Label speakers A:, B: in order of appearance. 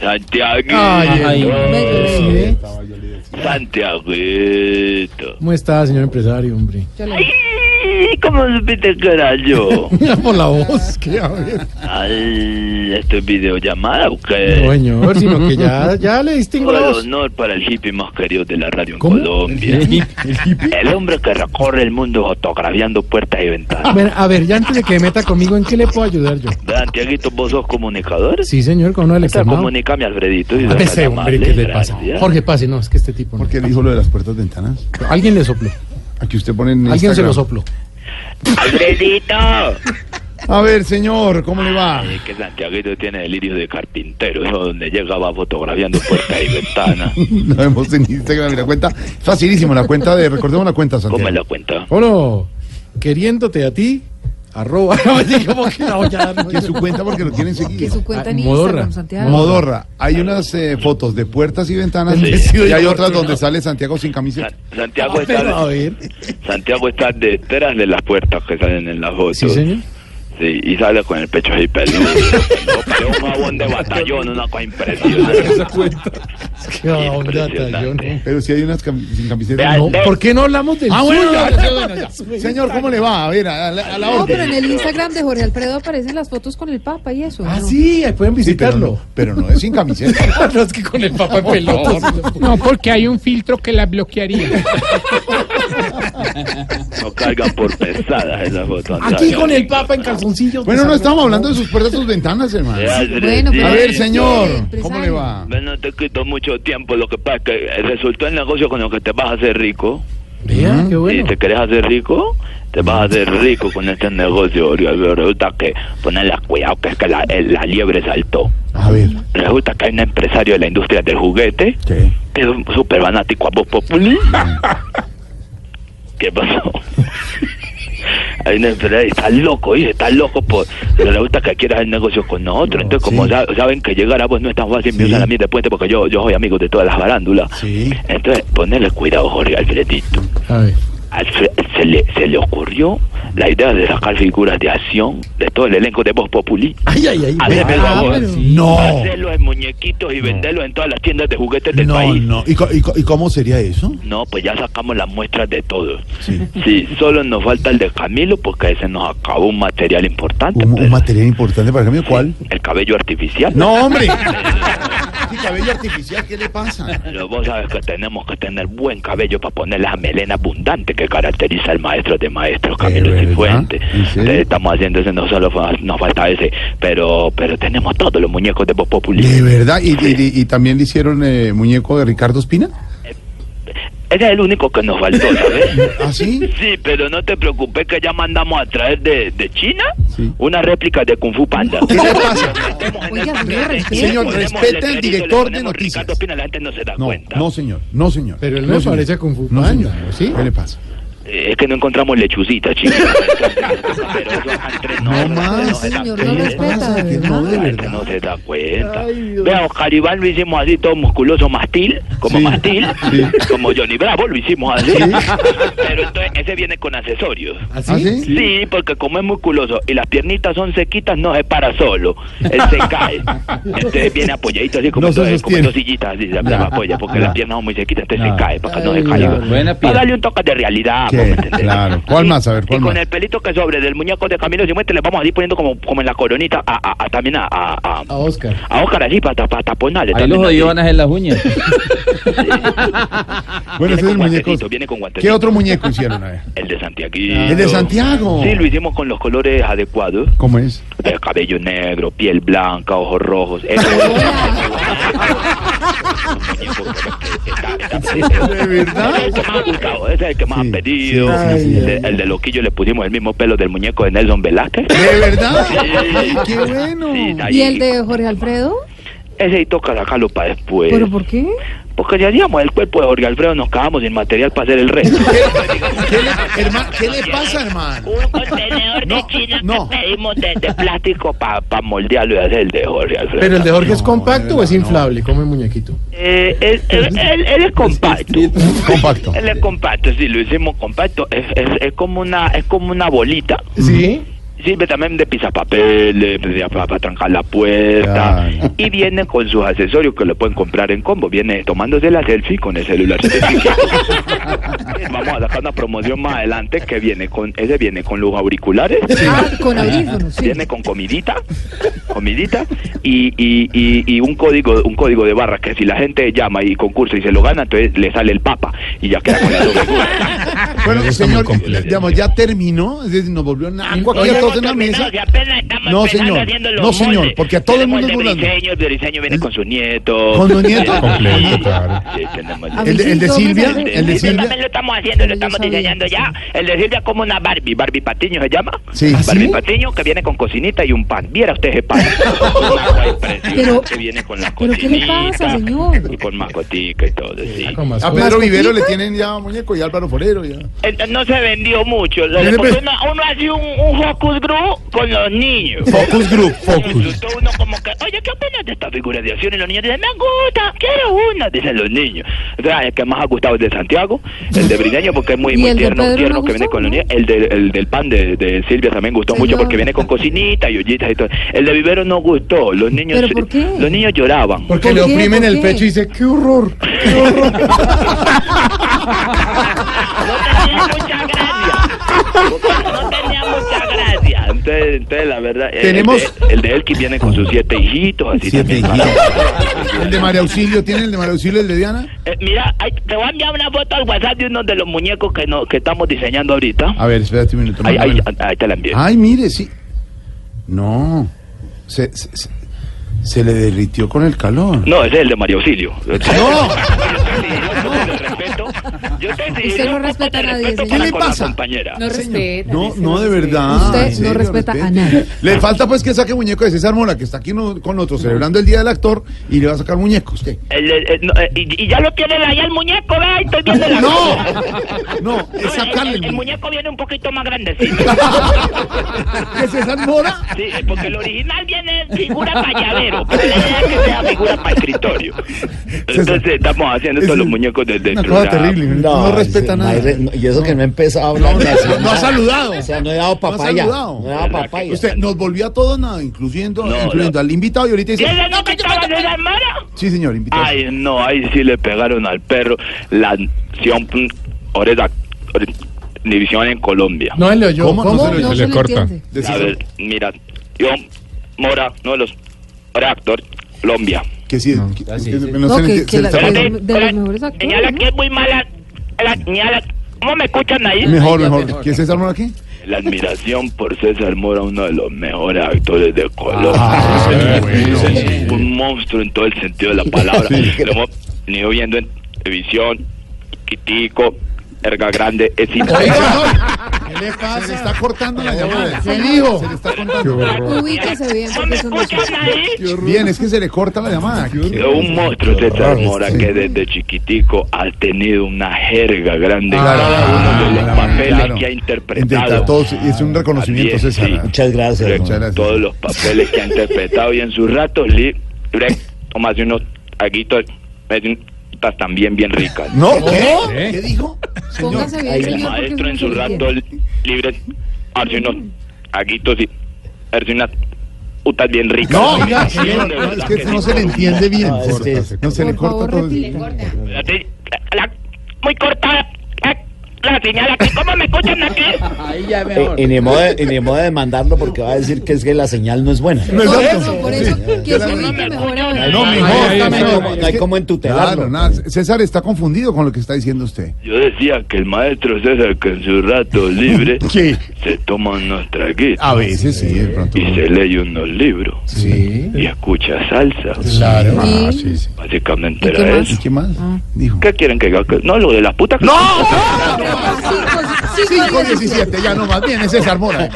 A: Santiaguito.
B: Ay,
C: me-
B: ¿eh?
A: Santiaguito.
B: ¿Cómo está, señor empresario, hombre?
C: yo lo-
A: Ay, ¿Cómo supiste que era yo?
B: Mira por la voz, que a ver.
A: Ay, esto es este videollamada, ¿o qué?
B: No, eh. señor, sino que ya, ya le distingo la
A: Todo
B: voz.
A: honor para el hippie más querido de la radio en
B: ¿Cómo?
A: Colombia. El hombre que recorre el mundo fotografiando puertas y ventanas.
B: Bueno, a ver, ya antes de que me meta conmigo, ¿en qué le puedo ayudar yo?
A: Santiaguito, ¿vos sos comunicador?
B: Sí, señor, con uno del
A: Está,
B: externado.
A: comunicame, Alfredito. y serás
B: Pese, Ah, hombre,
A: amable,
B: ¿qué le pasa?
A: gracias.
B: Jorge, pase, no, es que este tipo. no.
D: ¿Por qué dijo lo de las puertas ventanas?
B: Alguien le sopló,
D: Aquí usted pone en
B: alguien se
D: Instagram.
B: lo sopló.
A: ¡Alfredito!
D: A ver, señor, ¿cómo le va?
A: Es que Santiaguito tiene delirio de carpintero, eso donde llegaba fotografiando puertas y ventanas.
D: La vemos en Instagram y la cuenta. Facilísimo, la cuenta de. Recordemos la cuenta,
A: ¿Cómo me
D: Santiago.
A: lo cuenta?
B: Hola, queriéndote a ti, arroba. No, sí, ¿cómo que no, ya, no,
D: Que es su cuenta porque lo tienen
C: Que
D: seguido.
C: su cuenta en
B: Ah, Modorra.
C: Instagram, Santiago.
D: Modorra, hay unas eh, fotos de puertas y ventanas
A: Sí.
D: y hay otras donde sale Santiago sin camiseta.
A: San- Santiago
B: Ah, Pero, a
A: está,
B: ver.
A: Santiago está detrás de las puertas que salen en las fotos.
B: Sí, señor.
A: Sí, y sale con el pecho ahí peludo. Pero un jabón de batallón, una cosa impresionante.
B: Qué onda, yo no.
D: Pero si hay unas cami- sin camiseta.
A: Vea,
B: No, ¿Por qué no hablamos del
D: Ah, bueno,
B: sur?
D: ya, ya, bueno, ya. Señor, ¿cómo le va? A ver, a la, a la
C: No,
D: orden.
C: pero en el Instagram de Jorge Alfredo aparecen las fotos con el Papa y eso.
B: Ah,
C: ¿no?
B: sí, ahí pueden
D: Sí, pero no,
B: visitarlo.
D: pero no es sin camiseta.
B: no, es que con el papá en pelotas.
E: No, porque hay un filtro que la bloquearía.
A: No cargan por pesadas esas fotos.
B: Aquí con el papa en calzoncillos.
D: Bueno, no estamos hablando de sus puertas, sus ventanas, hermano.
A: Vea,
C: Bueno,
A: Alfredito.
C: pero-
D: A ver,
C: Sí,
D: señor,
C: empresario.
D: ¿cómo le va?
A: Ven, No te quito mucho tiempo, lo que pasa es que eh, resultó el negocio con lo que te vas a hacer rico.
B: Vea, qué
A: Si
B: bueno.
A: te querés hacer rico, te vas a hacer rico con este negocio. Porque Resulta que ponerle cuidado, que es que la, el- la liebre saltó.
D: A ver.
A: Resulta que hay un empresario de la industria del juguete
D: ¿Qué?
A: que es un súper fanático a Voz Populi. ¿Qué pasó? Hay un empresario, está loco, ¿sí? está loco por... pero le gusta que quieras el negocio con nosotros.
D: No,
A: Entonces, como
D: sí.
A: sa- saben que llegar a vos no es tan fácil, me
D: Sí.
A: usan a mí de puente porque yo, yo soy amigo de todas las barándulas.
D: Sí.
A: Entonces, ponerle cuidado, Jorge Alfredito.
B: A ver.
A: Al- se, se le, se le ocurrió la idea de sacar figuras de acción de todo el elenco de Voz Populi.
B: Ay, ay, ay.
A: Hazle el favor.
D: Ah, No.
A: Hacerlos en muñequitos y venderlos en todas las tiendas de juguetes del
D: No,
A: país.
D: no. ¿Y, co- y co- y cómo sería eso?
A: No, pues ya sacamos las muestras de todo.
D: Sí.
A: Sí, solo nos falta el de Camilo porque ese nos acabó un material importante.
D: Un, un
A: pero-
D: material importante para cambio, ¿cuál?
A: El cabello artificial.
D: No, hombre. Sí, Este cabello artificial, ¿qué le pasa?
A: Pero vos sabes que tenemos que tener buen cabello para poner la melena abundante que caracteriza al maestro de maestros, Camilo
D: verdad?
A: Cifuentes.
D: ¿En serio?
A: Entonces estamos haciendo eso, no solo fa- nos falta ese, pero pero tenemos todos los muñecos de Voz Populi.
D: De verdad. ¿Y, y- y- y también le hicieron eh, muñeco de Ricardo Espina?
A: Ese es el único que nos faltó, ¿sabes?
D: ¿Ah, sí?
A: Sí, pero no te preocupes que ya mandamos a traer de, de China
D: Sí.
A: una réplica de Kung Fu Panda.
D: ¿Qué le pasa?
C: Oiga, señor, respete.
D: Señor, respete al director de
A: Ricardo
D: noticias.
A: Pina, la gente no se da
D: No,
A: cuenta.
D: no, señor. No, señor.
B: Pero él
D: no
B: no
D: señor.
B: parece con
D: No,
B: Fupaño,
D: señor.
B: ¿sí?
D: ¿Qué le pasa?
A: Eh, Es que no encontramos lechucita, chicos. Pero esos antres no
D: No más.
A: se dan
C: Señor,
D: ¿Qué
C: no
A: cuenta.
D: le pasa?
C: respeta,
D: Que no, de
A: La gente
D: verdad.
A: no se da cuenta.
B: Ay, Dios.
A: Vea, Oscar Iván lo hicimos así, todo musculoso, mastil, como
D: Sí.
A: mastil,
D: Sí.
A: como Johnny Bravo lo hicimos así. Pero entonces ese viene con accesorios.
D: ¿Ah, sí?
A: Sí. porque como es musculoso y las piernitas son sequitas, no se para solo. Él se cae. Entonces viene apoyadito así como,
D: No se
A: dos- como
D: sostiene. Ah.
A: dos sillitas, así, se
D: Ya.
A: apoya, porque
D: Ya.
A: las piernas son muy sequitas, entonces
D: Ya.
A: se cae, para que no
B: Ay,
A: se caiga.
B: ya.
E: Buena
A: Para darle un toque de realidad,
D: ¿Qué?
A: ¿vos me entendés?
D: Claro. ¿Cuál
A: Y-
D: más? A ver, ¿cuál
A: y con
D: más?
A: el pelito que sobre del muñeco de Camilo Cifuentes le vamos a ir poniendo como, como en la coronita a, a- a- también a, a, a,
B: A Oscar.
A: a Oscar así para, para taponarle.
E: Ahí
A: también
E: los
A: así.
E: jodidos van a hacer las uñas.
A: Viene
D: Bueno, ese es
A: con
D: el muñeco.
A: guantecito, viene con guantecito.
D: ¿Qué otro muñeco hicieron? A ver.
A: El de Santiago.
D: El de Santiago.
A: Sí, lo hicimos con los colores adecuados.
D: ¿Cómo es?
A: Eh, cabello negro, piel blanca, ojos rojos. Eso es
D: ¿De verdad?
A: Ese es el que más ha gustado, ese es el que más
D: Sí,
A: ha pedido.
D: sí, sí, sí.
A: el, de, el de Loquillo le pusimos el mismo pelo del muñeco de Nelson Velázquez.
D: ¿De verdad?
A: Sí.
D: ¡Qué bueno!
A: Sí, está ahí.
C: ¿Y el de Jorge Alfredo?
A: Ese ahí toca sacarlo para después.
C: ¿Pero por qué?
A: Porque si haríamos el cuerpo de Jorge Alfredo, nos cagamos sin material para hacer el resto.
D: ¿Qué le, herma- ¿qué le pasa, hermano?
A: Un contenedor de China
D: no.
A: que pedimos de, de plástico para moldearlo y hacer el de Jorge Alfredo.
B: Pero el de Jorge es
D: No,
B: compacto
D: de
B: o es
D: verdad, no.
B: inflable, como el muñequito.
A: Eh, él, él- él- él es compacto.
D: Compacto.
A: Él es compacto, sí, lo hicimos compacto. Es, es- es como una es como una bolita.
B: Sí.
A: sirve también de pisapapeles, de- para, para trancar la puerta.
D: Claro.
A: Y viene con sus accesorios que lo pueden comprar en combo. Viene tomándose la selfie con el celular. Vamos a sacar una promoción más adelante que viene con, ese viene con los auriculares.
C: Ah, con audífonos, sí.
A: Viene con comidita, comidita y, y, y, y un código un código de barra que si la gente llama y concursa y se lo gana, entonces le sale el papa y ya queda con la doble figura.
D: Bueno,
F: Eso está muy
D: señor,
F: complejo.
D: digamos, ya terminó, es decir, nos volvió nada. Aquí
A: Oye,
D: a todos en
A: hemos
D: la mesa.
A: terminado, que apenas estamos
D: No,
A: empezando
D: señor.
A: haciendo
D: No,
A: los
D: señor,
A: moldes.
D: porque a todo el
A: Tenemos
D: mundo
A: de
D: burlando.
A: Briseño, de Briseño viene con su nieto.
D: ¿Con su nieto?
A: Sí,
F: Completo, claro.
A: Sí, tenemos
C: A
A: de-
C: mí
D: ¿El de-
C: sí,
D: el de
C: yo me
D: Silvia?
C: salí.
D: ¿El de
A: Eso
D: Silvia?
A: también lo estamos haciendo, lo
C: Yo
A: estamos
C: sabía.
A: diseñando ya. El de Silvia es como una Barbie, Barbie Patiño se llama.
D: Sí. ¿Ah, sí?
A: Barbie Patiño que viene con cocinita y un pan. Viera usted ese pan. Una cosa impresionante,
C: Pero-
A: viene con la
C: ¿pero qué le pasa,
A: cocinita
C: señor?
A: Y con mascotica y todo, sí.
D: Ah,
B: Ah,
F: Más
D: A Pedro Vivero le tienen ya muñeco y Álvaro Forero. Ya.
A: Entonces, no se vendió mucho. lo-
D: Mire,
A: porque
D: pues.
A: uno, uno hace un, un hocus group con los niños.
D: Focus Group, Focus.
A: Entonces uno como que, oye, ¿qué opinas de esta figura de acción? Y los niños dicen, me gusta, quiero una, dicen los niños. O sea, el que más ha gustado es de Santiago, el de Brideño, porque es muy,
C: ¿Y
A: muy
C: el de
A: tierno,
C: Pedro
A: tierno
C: no
A: que viene
C: gustó,
A: con los
C: no?
A: niños. El, de- el del pan de, de Silvia también gustó mucho
C: Señor.
A: porque viene con cocinita y ollitas y todo. El de Vivero no gustó, los niños,
C: ¿Pero por qué?
A: Los niños lloraban.
B: Porque
C: ¿Por
B: le
C: qué?
B: oprimen
C: ¿Por
B: el
C: qué?
B: pecho y dice, ¡qué horror! ¡Qué horror!
A: no tenía mucha gracia. No tenía mucha gracia. Entonces, entonces la verdad, el-
D: Tenemos-
A: el, de, el de Elkin viene con sus siete hijitos, así también.
D: El de María Auxilio, ¿tiene el de María Auxilio, el de Diana?
A: Eh, mira, ahí te voy a enviar una foto al WhatsApp de uno de los muñecos que, no, que estamos diseñando ahorita.
D: A ver, espérate un minuto.
A: Ahí, ahí-
D: mándamelo.
A: ahí te la envío.
D: Ay, mire, sí. No. Se, se, se- se le derritió con el calor.
A: No, ese es el de María Auxilio. No.
C: Usted no respeta a nadie, señor.
A: ¿Qué
D: ¿Qué le pasa?
A: Compañera.
C: No respeta.
D: No,
C: ese
D: no, de
C: respeta.
D: verdad.
C: Usted
D: en
C: no
D: serio,
C: respeta a
D: respete.
C: nadie.
D: Le falta pues que saque muñeco de César Mola, que está aquí no- con nosotros celebrando el Día del Actor, y le va a sacar muñecos. ¿Qué?
A: El- el- el- no, eh, y, y ya lo tienen ahí el muñeco, ve, ahí estoy viendo la
D: ¡No! No, es
A: No, el,
D: sacarle
A: el- el
D: el muñeco.
A: muñeco viene un poquito más grandecito.
D: ¿De César Mola?
A: Sí, eh, porque el original viene en figura para llavero, pero la idea es que sea figura para escritorio. Entonces estamos haciendo todos
D: Es
A: los
D: un-
A: muñecos desde el
D: Una cosa terrible. No, respeta
F: ese-
D: nada.
F: no hay re- no, y eso que no he empezado a hablar. ni a hacer
D: no ha
F: nada.
D: saludado.
F: O sea, no he dado
D: No ha
F: papaya.
D: saludado.
F: No he dado
A: ¿Verdad que
F: papaya.
D: Usted nos volvió a todos nada, incluyendo,
A: No,
D: incluyendo
A: no.
D: al invitado y ahorita dice.
A: ¿Tiene no que estaba en la hermana?
D: Sí, señor, invitado.
A: Ay, no, ahí sí le pegaron al perro la acción ahorita ahorita- división en Colombia.
B: No, él le oyó.
D: ¿Cómo? No se
B: ¿Cómo?
D: lo oyó.
C: No
F: Se
C: se
F: le
C: le
F: corta.
C: entiende.
D: De
A: A
D: César-
A: ver, mira, yo, Mora, uno de los reactores, Colombia.
D: Que sí, que- que- no
C: No,
D: se le
C: que-
D: entiende-
C: que
D: se
C: la-
D: le está-
C: de los- de los mejores actores,
A: Señala
C: ¿no?
A: que es muy mala. La, señala- ¿Cómo me escuchan ahí?
D: Mejor, mejor. ¿Quién es César Mola aquí?
A: La admiración por César Mora, uno de los mejores actores de Colombia.
D: Ah,
A: Es un monstruo en todo el sentido de la palabra. Lo hemos venido viendo en televisión, Quitico, Erga Grande, es
D: ¿Qué le pasa? Se le está cortando la llamada.
C: Se
D: dijo. Se le está cortando.
C: Ubíquese bien,
A: ¿No
C: porque
A: me
C: eso no es
A: escuchan ahí?
D: Bien, es que se le corta la llamada.
A: Es un monstruo César Mora
D: sí.
A: que desde chiquitico ha tenido una jerga grande en
D: Claro,
A: cada uno de los
D: claro,
A: papeles
D: Ah, claro.
A: que ha
D: Intenta
A: interpretado.
D: todos, y es un reconocimiento,
A: También,
D: César.
A: sí.
F: Muchas gracias.
A: Pero
F: don.
D: Muchas gracias.
A: todos los papeles que ha interpretado y en sus ratos libre tomase unos aguitos también bien ricas.
D: ¿No? ¿Qué? ¿Qué dijo?
C: Póngase bien,
F: Ay,
A: El
C: señor, porque eso
A: maestro
C: no
A: en sus
C: se le
A: ratos
C: entiende.
A: libres hace unos aguitos y hace unas putas bien ricas.
D: No, Ah, oiga,
A: Sí,
D: señor,
A: de
D: no,
A: verdad
D: es que
A: que
D: no
A: sí,
D: se le
A: por un
D: entiende bien.
F: No, es que-
D: No se le
C: Por
D: corta
C: favor,
D: todo.
C: repita.
A: La, la- muy cortada la, la señal aquí. ¿Cómo me escuchan aquí?
F: Eh, Y ni modo de- y ni modo de mandarlo porque va a decir que es que la señal no es buena.
D: No,
C: Por
D: exacto.
C: eso, por
D: Sí.
C: eso, que se
A: No, no,
C: ubique
A: no,
C: mejor a ver.
D: No,
A: Ay,
D: mejor,
E: ay,
D: está
E: ay,
D: mejor.
F: no, no
D: Es
F: hay
D: que-
F: cómo entutelarlo.
D: Claro, nada, César está confundido con lo que está diciendo usted.
A: Yo decía que el maestro César, que en su rato libre,
D: ¿Qué?
A: se toma unos traguitos
D: A veces sí, de pronto.
A: y se lee unos libros
D: Sí.
A: y escucha salsa.
D: Claro.
C: Sí.
D: Ah, sí, sí.
A: Básicamente
C: ¿Y qué
A: era
C: más?
D: ¿Y
A: eso.
D: qué más? Dijo.
A: ¿Qué quieren que haga? No, lo de las putas. ¡No!
C: Cinco, cinco,
D: 5 17, ya no más. Bien, es César Mora.